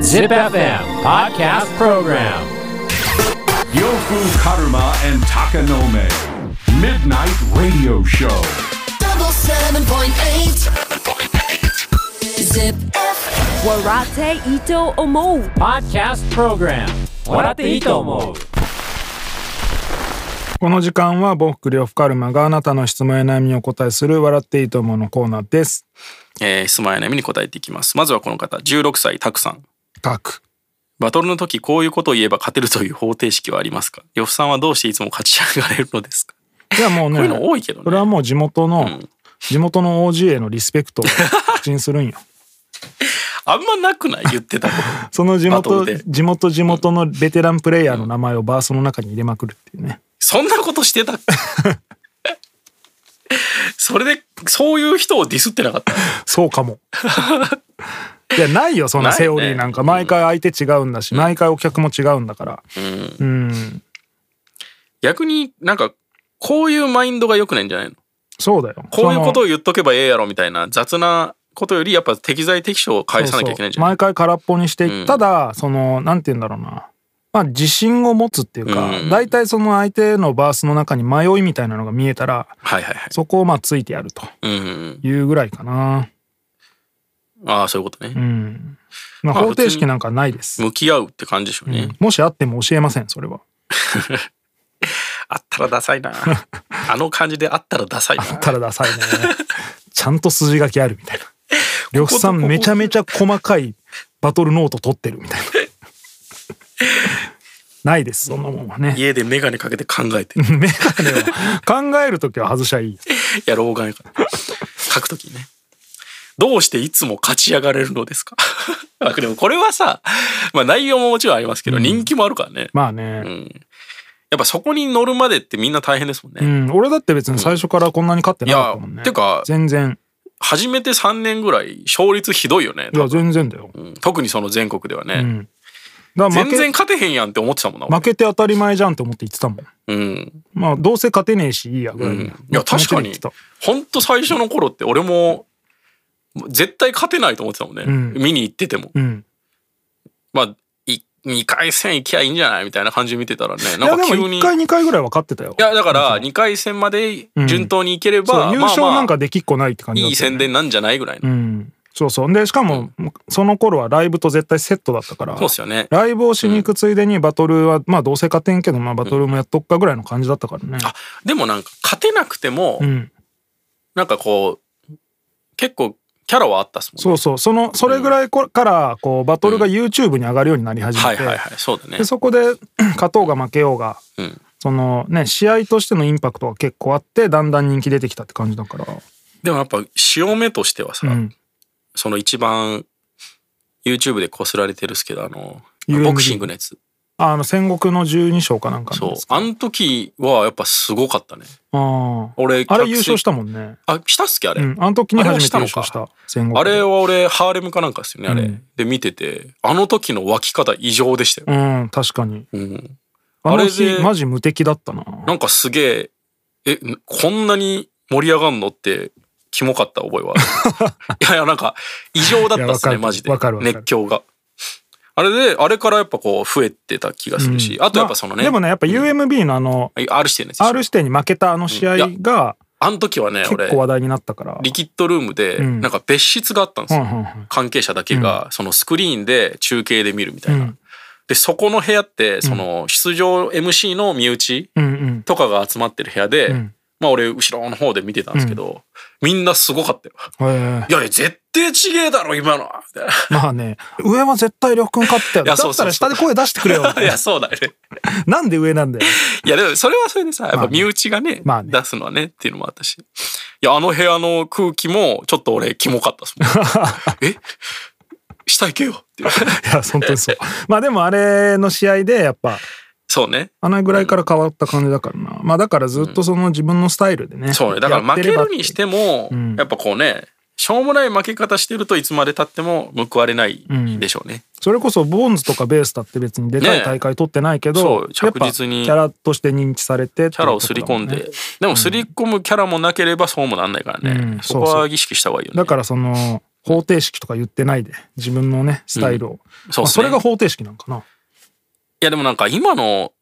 Zip FM Podcast Program Yofu Karuma and Takanome. Midnight Radio Show. double seven point eight. Zip. Warate Ito Omo Podcast Program 笑っていいと思うこの時間は僕両フカルマがあなたの質問や悩みにお答えする笑っていいと思うのコーナーです。えー質問や悩みに答えていきますまずはこの方16歳タクさんタク。バトルの時こういうことを言えば勝てるという方程式はありますか呂布さんはどうしていつも勝ち上がれるのですかいやもうね、こういうの多いけどねこれはもう地元の、ん地元の OG へのリスペク トを口にするんよ。あんまなくない言ってたこ その地バト元、ルで地元地元のベテランプレイヤーの名前をバースの中に入れまくるっていうね。そんなことしてたっけ それでそういう人をディスってなかったそう かも。いや、ないよ、そんなないねセオリーなんか。毎回相手違うんだし、毎回お客も違うんだから。うん。逆になんかこういうマインドが良くないんじゃないのそうだよ。こういうこそとをの言っとけばええやろみたいな雑なことよりやっぱ適材適所を返さなきゃいけないんじゃない毎回空っぽにしていく、うんただそのなんて言うんだろうなまあ自信を持つっていうか、うん大体その相手のバースの中に迷いみたいなのが見えたらはいはいはいそこをまあついてやるとうんうんいうぐらいかなうんああそういうことうねん、まあ、まあ方程式なんかないです、向き合うって感じでしょうね、うんもしあっても教えませんそれはあったらダサ いなあの感じであったらダサいなあったらダ サいねちゃんと筋書きあるみたいな呂布さんこことここめちゃめちゃ細かいバトルノート取ってるみたい なないですそんなもんはね家で眼鏡かけて考えてい メガネを考えるときは外しゃいい。や老眼やから書くときねどうしていつも勝ち上がれるのですか あでもこれはさ、まあ、内容ももちろんありますけど、人気もあるからね、まあね。うん、やっぱそこに乗るまでってみんな大変ですもんうね、ん、俺だって別に最初からこんなに勝ってなかったもんいね。やてか全然。初めて3年ぐらい勝率ひどいよねいや、全然だよ。うん特にその全国ではうね、ん。だから全負け然勝てへんやんって思ってたもんな俺負けて当たり前じゃんって思って言ってたもん。うんまあ、どうせ勝てねえし、いいやぐらいうんに。いや確かに気持ちで言ってたほんと最初の頃って俺も絶対勝てないと思ってたもんね、ん見に行っててもうん。まあい2回戦行きゃいいんじゃないみたいな感じで見てたらねいや、なんでかも急1にい回、2回ぐらいは勝ってたよ。やだから2回戦まで順当に行ければ、そう優まあ勝まあなんかできっこないって感じだいっいたよ宣ね。伝なんじゃないぐらいの、うん。そうそう。で、しかも、その頃はライブと絶対セットだったから。そうっすよねライブをしに行くついでにバトルは、まあどうせ勝てんけど、まあバトルもやっとくかぐらいの感じだったからね。あでもなんか勝てなくても、うん。なんかこう結構キャラはあったっすもんねそうそう。その、それぐらいこから、こう、バトルが YouTube に上がるようになり始はめいはいて、はいそうだねでそこで 勝とうが負けようが、うんそのね、試合としてのインパクトが結構あって、だんだん人気出てきたって感じだから。でもやっぱ潮目としてはさ、うん。その一番 YouTube でこすられてるっすけどあの UMD ボクシングのやつあの、戦国の12章かなんかなんそうですかあの時はやっぱすごかったねああ俺あれ優勝し客たもんね。席あしたっすっけあれ、うん。あの時にあれ初はめしてた優のか勝した。戦国。あれは俺ハーレムかなんかですよねあれ、うんで見ててあの時の湧き方異常でしたよ、うん、確かに。うん、あのあれ日、でマジ無敵だったな。なんかすげええこんなに盛り上がんのってキモかった覚えは あるいやいやなんか異常だったっすいやわかねるマジでわかるわかる熱狂があれであれからやっぱこう増えてた気がするし、うんあとやっぱそのまね、あでもねやっぱ UMB のあの、 R してるやつでしょ R 指定に負けたあの試合うんがあの時はね結俺構話題になったから、リキッドルームでうんなんか別室があったんですよ、うんうんうん関係者だけがそのスクリーンで中継で見るみたいな、うんでそこの部屋ってその出場 MC の身内うんうんとかが集まってる部屋で、うんまあ俺後ろの方で見てたんですけど、みんなすごかったよへえいやいや絶対ちげえだろ今のはみたいなまあね上は絶対呂布くん勝ったよいだやったそうそうそうら下で声出してくれよ いやそうだよねなんで上なんだよいやでもそれはそれでさやっぱ身内がね,、まあね出すのはねっていうのもあったしいやあの部屋の空気もちょっと俺キモかったっす もんえ下行けよっていういや本当にそうまあでもあれの試合でやっぱそうねあのぐらいから変わった感じだからな、まあだからずっとその自分のスタイルでね、そうねだから負けるにしてもんやっぱこうねしょうもない負け方してるといつまでたっても報われないんでしょうね、それこそボーンズとかベースだって別にでかいね大会取ってないけど、そう着実にやっぱキャラとして認知されてキャラをすり込んで、でもすり込むキャラもなければそうもなんないからね、うんそこは意識した方がいいよねだからその方程式とか言ってないで自分のねスタイルを、そうまあっすねそれが方程式なんかないやでもなんか今の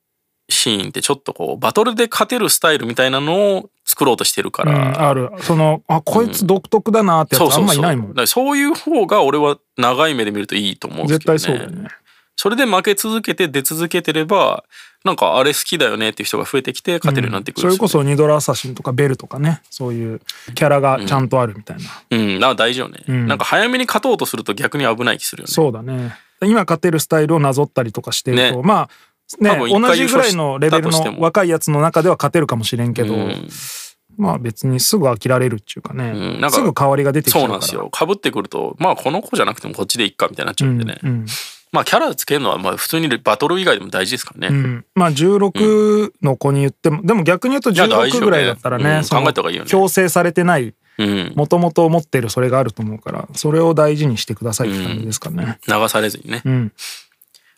シーンってちょっとこうバトルで勝てるスタイルみたいなのを作ろうとしてるかうん、ら、あるそのあこいつ独特だなってやそうつあそんうまいそうなだいもん、からそういう方が俺は長い目で見るといいと思うんです絶けど、対そね、うだよねそれで負け続けて出続けてればなんかあれ好きだよねっていう人が増えてきて勝てるようになってくそるれんですよこそニドラアサシンとかベルとかねそういうキャラがちゃんとあるみたいな、うん、なんか大事よね、んなんか早めに勝とうとすると逆に危ない気するよねそうだね今勝てるスタイルをなぞったりとかしてると、ねまあね多分一回同じぐらいのレベル優勝したとしてのも若いやつの中では勝てるかもしれんけど、んまあ別にすぐ飽きられるっていうかね、うんなんかすぐ変わりが出てきちゃうそからうなんですよかぶってくるとまあこの子じゃなくてもこっちでいっかみたいになっちゃうんでね、うんまあキャラつけるのはまあ普通にバトル以外でも大事ですからうね、んまあ16の子に言っても、でも逆に言うとや大事よ16ねぐらいだったらねうんその考えた方がいいよね強制されてないうんもともと持ってるそれがあると思うからそれを大事にしてくださいって感じですかね。流されずにね、うん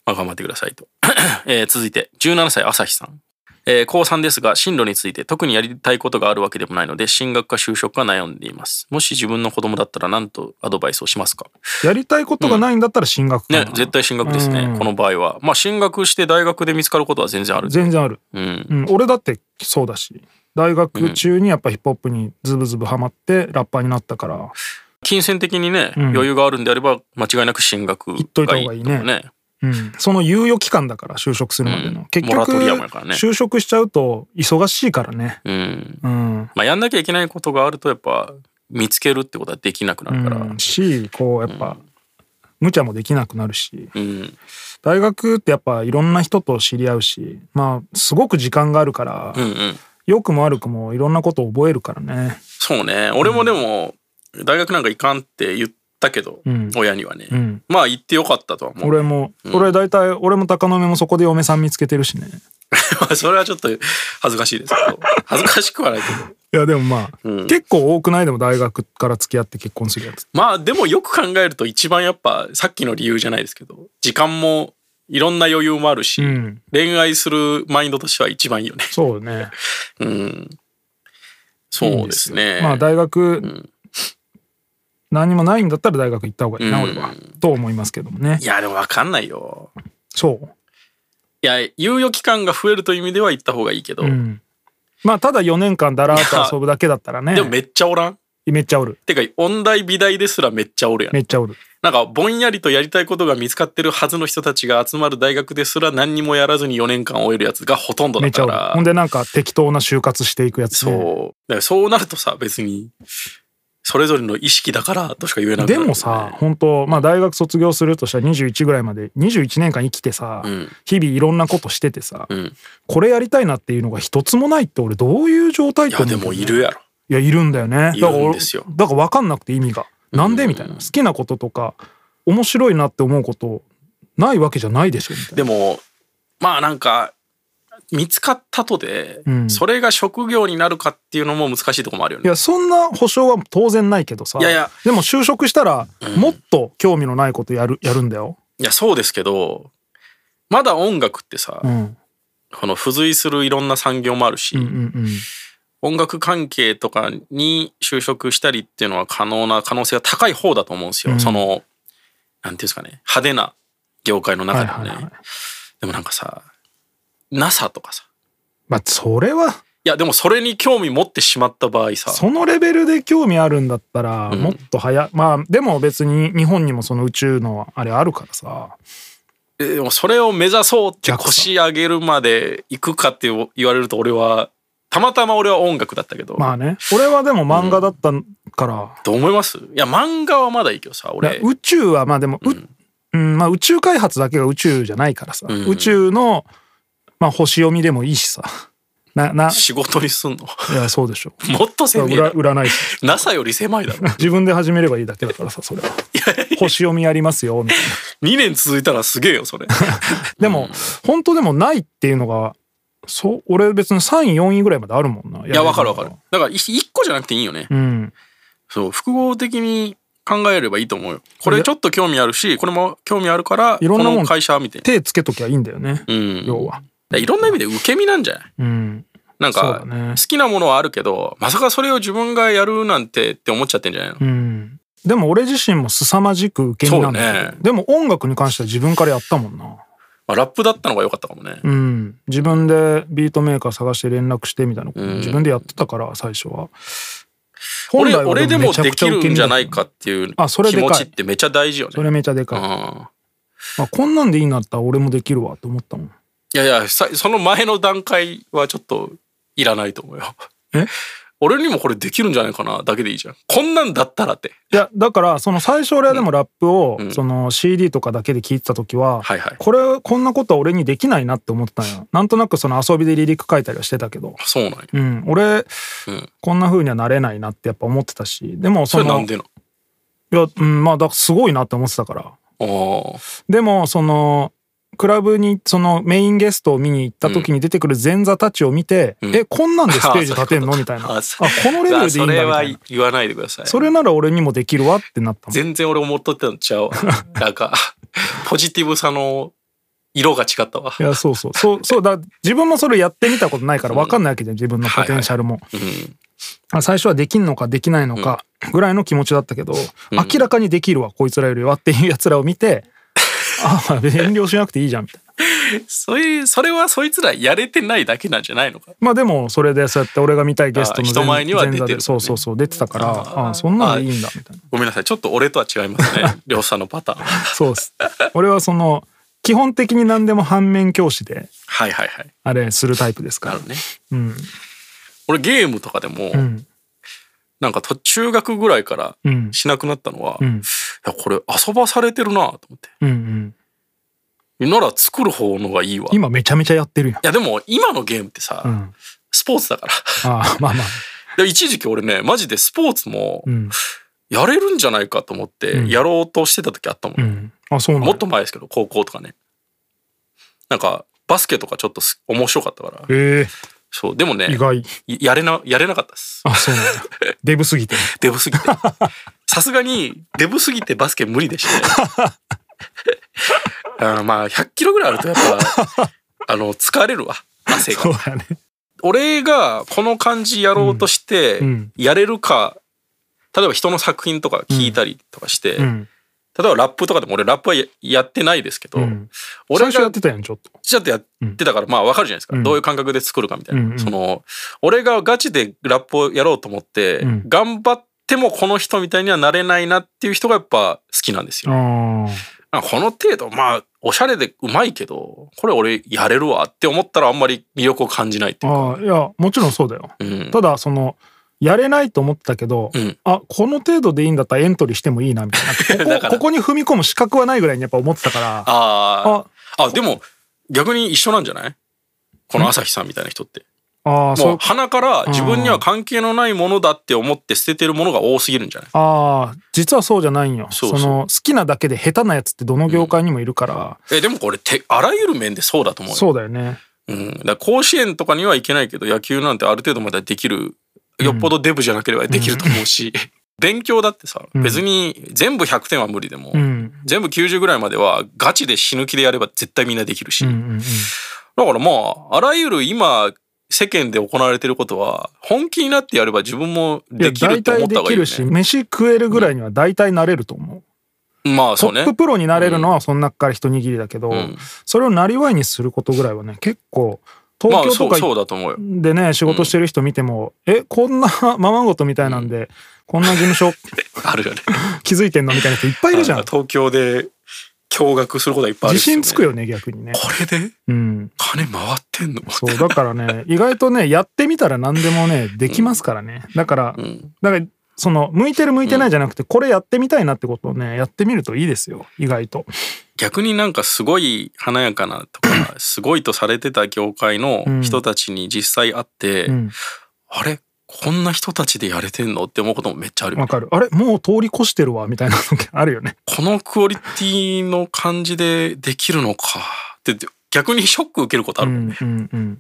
まあ、頑張ってくださいと、 えー続いて17歳朝日さん、えー高3ですが進路について特にやりたいことがあるわけでもないので進学か就職か悩んでいますもし自分の子供だったら何とアドバイスをしますかやりたいことがないんだったら進学かなね絶対進学ですね、うんこの場合はまあ進学して大学で見つかることは全然ある全然ある、うんうん、俺だってそうだし大学中にやっぱヒップホップにズブズブハマってラッパーになったから金銭的にね、ん余裕があるんであれば間違いなく進学っといた方がいいがいいねと思うねうん、その猶予期間だから就職するまでの、うん結モラ局、トリアムやからね就職しちゃうと忙しいからねうんうん、まあやんなきゃいけないことがあるとやっぱ見つけるってことはできなくなるから、うん、しこうやっぱ、無茶もできなくなるしうん大学ってやっぱいろんな人と知り合うしまあすごく時間があるから、うんうん良くも悪くもいろんなことを覚えるからねそうね俺もでも大学なんか行かんって言ったけど、ん親にはね、んまあ行ってよかったとは思う俺も、俺大体俺も高野目もそこで嫁さん見つけてるしね それはちょっと恥ずかしいですけど恥ずかしくはないけ いどやでもまあ、うん結構多くないでも大学から付き合って結婚するやつまあでもよく考えると一番やっぱさっきの理由じゃないですけど時間もいろんな余裕もあるし、うん恋愛するマインドとしては一番いいよねそうよねうんそうですねまあ大学、何もないんだったら大学行った方がいいな、うん俺はと思いますけどもねいやでも分かんないよそういや猶予期間が増えるという意味では行った方がいいけど、うんまあただ4年間だらーっと遊ぶだけだったらねでもめっちゃおらんめっちゃおるてか音大美大ですらめっちゃおるやんめっちゃおるなんかぼんやりとやりたいことが見つかってるはずの人たちが集まる大学ですら何にもやらずに4年間終えるやつがほとんどめだっちゃおかるらほんでなんか適当な就活していくやつそうね、だからそうなるとさ別にそれぞれの意識だからとしか言えなくなでるもさ本当まあ大学卒業するとしたら21ぐらいまで21年間生きてさ、ん日々いろんなことしててさ、んこれやりたいなっていうのが一つもないって俺どういう状態っいて思やうでんだよもねいるやろいやいるんだよねいるんですよだからだから分かんなくて意味がなんでみたいな好きなこととか面白いなって思うことないわけじゃないでしょみたいなでもまあなんか見つかったとで、んそれが職業になるかっていうのも難しいとこもあるよいねやそんな保証は当然ないけどさいやいやでも就職したらもっと興味のないことやるやるんだよ、いやそうですけどまだ音楽ってさ、うん、この付随するいろんな産業もあるし、うんうん音楽関係とかに就職したりっていうのは可能な可能性が高い方だと思うんですよ、そのなんていうんですかね派手な業界の中ではね、はいはいはいでもなんかさ NASA とかさまあそれはいやでもそれに興味持ってしまった場合さそのレベルで興味あるんだったらもっと早、まあでも別に日本にもその宇宙のあれあるからさえでもそれを目指そうって逆さ腰上げるまで行くかって言われると俺はたまたま俺は音楽だったけど、まあね俺はでも漫画だったから、どう思いますいや漫画はまだいいけどさだから俺宇宙はまあでも、ううんまあ、宇宙開発だけが宇宙じゃないからさ、ん宇宙の、まあ、星読みでもいいしさなな仕事にすんの いやそうでしょもっとそ狭れいは売なら売らないし NASA より狭いだろ自分で始めればいいだけだからさそれは星読みやりますよみたいな2年続いたらすげえよそれ でも、本当でもないっていうのがそう俺別に3位4位ぐらいまであるもんないいやわかるわかるだから1個じゃなくていいよね、うんそう複合的に考えればいいと思うよこれちょっと興味あるしこれも興味あるからいろんなもんこの会社みたいな手つけときゃいいんだよね、うん要はだからいろんな意味で受け身なんじゃないうんなんそうだか、ね好きなものはあるけどまさかそれを自分がやるなんてって思っちゃってんじゃないの、うんでも俺自身も凄まじく受け身なんだけど、そうねでも音楽に関しては自分からやったもんなまあ、ラップだったのが良かったかもね。うん自分でビートメーカー探して連絡してみたいなこと自分でやってたから最初は俺俺でもめちゃでくちゃき受るけ身んじだゃったないかっていうあそれ気でかい持ちってめちゃ大事よね。それめちゃでかい、うんまあ、こんなんでいいなったら俺もできるわと思ったもんいやいやさその前の段階はちょっといらないと思うよ。え俺にもこれできるんじゃないかなだけでいいじゃん。こんなんだったらって。いやだからその最初俺はでもラップをんその CD とかだけで聴いてた時ははいはいこれこんなことは俺にできないなって思ったんやなんとなくその遊びでリリック書いたりはしてたけどそうなんや。うん俺うんこんな風にはなれないなってやっぱ思ってたしでもそそれなのんでないやうんまあだからすごいなって思ってたからのあでもそのクラブにそのメインゲストを見に行った時に出てくる前座たちを見て、んえこんなんでステージ立てんの あみたいなあ。ああそこのレベルでいいんだみたあそれいはな言わないでください。それなら俺にもできるわってなったもん全然俺思っとってたのちゃう わ。なんか、ポジティブさの色が違ったわ。いやそうそうそうそうだ自分もそれやってみたことないから分かんないわけじゃん自分のポテンシャルも、うん。あ最初はできんのかできないのかぐらいの気持ちだったけど、明らかにできるわこいつらよりはっていうやつらを見 てああ遠慮しなくていいじゃんみたいなそういう、それはそいつらやれてないだけなんじゃないのか。まあでもそれでそうやって俺が見たいゲストのあ人前には出てる前座でそうそうそう出てたからああそんなのいいんだみたいなごめんなさい。ちょっと俺とは違いま すね。りょうさんのパターン。はそうっす俺はその基本的に何でも反面教師でいはいはい。あれするタイプですかなるらほどね。うん俺ゲームとかでも、うんなんか途中学ぐらいからうんしなくなったのは、ういんやこれ遊ばされてるなと思って。うんうんなら作る方のがいいわ。い今めちゃめちゃやってるやんやでも今のゲームってさ、うんスポーツだから。あ あまあまあで一時期俺ね、マジでスポーツもうんやれるんじゃないかと思って、やろうとしてた時あったもんうね、んあそうなんだもっと前ですけど、高校とかね。なんか、バスケとかちょっとす面白かったから。えそう、でもえ意ね、外やれな、やれなかったです。あそうなんだ デブすぎてデブす ぎて。さすがに、デブすぎてバスケ無理 でしたね。あーまあ、100キロぐらいあるとやっ ぱ、あの、疲れるわ。汗そうが。だね俺がこの感じやろうとしてうんうん、やれるか、例えば人の作品とか聞いたりとかして、うん例えばラップとかでも俺ラップはややってないですけど、うん俺最初がやってたやんちょっとちょっとやってたから、まあわかるじゃないですか、うんどういう感覚で作るかみたいな、うんうんその俺がガチでラップをやろうと思って、うん頑張ってもこの人みたいにはなれないなっていう人がやっぱ好きなんですよ、あなんかこの程度まあおしゃれでうまいけどこれ俺やれるわって思ったらあんまり魅力を感じないってあいうかああいやもちろんそうだようんただそのやれないと思ってたけど、うんあこの程度でいいんだったらエントリーしてもいいなみ たいなだこかこらここに踏み込む資格はないぐらいにやっぱ思ってたからあああああでも逆に一緒なんじゃないこの朝日さんみたいな人ってあーそもうう鼻から自分には関係のないものだって思って捨ててるものが多すぎるんじゃないあー実はそうじゃないんよそそうそうの好きなだけで下手なやつってどの業界にもいるから、えでもこれてあらゆる面でそうだと思うよそうだよねうん、だから甲子園とかには行けないけど野球なんてある程度まではできるよっぽどデブじゃなければできると思うし、 勉強だってさ、ん別に全部100点は無理でも、うん全部90ぐらいまではガチで死ぬ気でやれば絶対みんなできるし、うんうんうんだからまああらゆる今世間で行われてることは本気になってやれば自分もいやできるっ大て思体っでた方がきいいよるしね。飯食えるぐらいには大体なれると思うまあトそうねップ。プロになれるのはその中から一握りだけど、んそれをなりわいにすることぐらいはね結構ま東あ京そとうかそうだと思うよ。でね仕事してる人見ても、えこんな ままごとみたいなんで、こんな事務所 あるよね。気づいてんのみたいな人いっぱいいるじゃん東京で驚愕することはいっぱいある自っすよね信つくよね逆にねこれでうん金回ってんのそうだからね意外とねやってみたら何でもねできますからねだから、んだからその向いてる向いてないじゃなくて、これやってみたいなってことをねやってみるといいですよ意外と逆になんかすごい華やかなとかすごいとされてた業界の人たちに実際会って、うんあれこんな人たちでやれてんのって思うこともめっちゃあるよわねかるあれもう通り越してるわみたいな時あるよねこのクオリティの感じでできるのかって逆にショック受けることあうるもん、んうんうん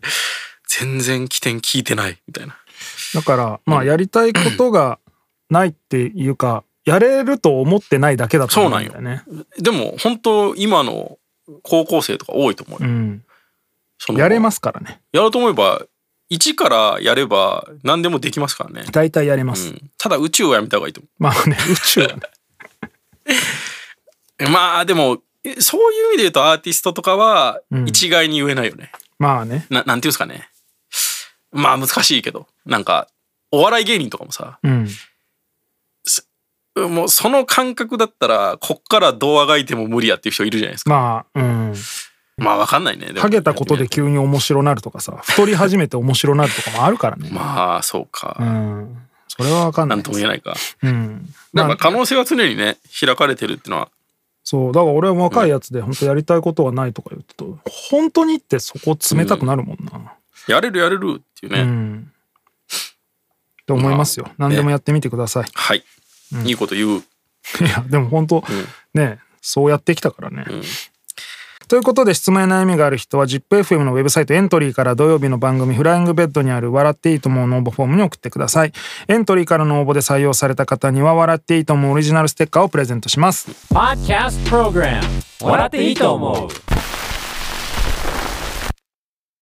全然起点聞いてないみたいなだからまあやりたいことがないっていうかやれると思ってないだけだと思うんだよね。でも本当今の高校生とか多いと思うよ、うん、そのやれますからね。やろうと思えば一からやれば何でもできますからね。大体やれまうす。ん、ただ宇宙はやめた方がいいと思まあね、宇宙はね。う。まあでも、えそういう意味で言うとアーティストとかはうん一概に言えないよね。まあね。ななんていうんですかね。まあ難しいけど。なんか、お笑い芸人とかもさ、うん。もうその感覚だったら、こっからどうあがいても無理やっていう人いるじゃないですか。まあ、うん。まあわかんないね。でもハゲたことで急に面白なるとかさ、太り始めて面白なるとかもあるからね。まあそうか。うん。それはわかんなないんとも言えないか。うん。なんまかあ可能性は常にね、開かれてるってのは。そう。だから俺は若いやつで本当やりたいことはないとか言うと、本当にってそこ冷たくなるもんな。やれるやれるっていうね。うん。って思いますよ。何でもやってみてください。はい、いいこと言う。いや、でも本当、ね、そうやってきたからね。ということで質問や悩みがある人は ZIPFM のウェブサイトエントリーから土曜日の番組「フライングベッド」にある「笑っていいと思う」の応募フォームに送ってくださいエントリーからの応募で採用された方には「笑っていいと思う」オリジナルステッカーをプレゼントします Podcast Program 笑っていいと思う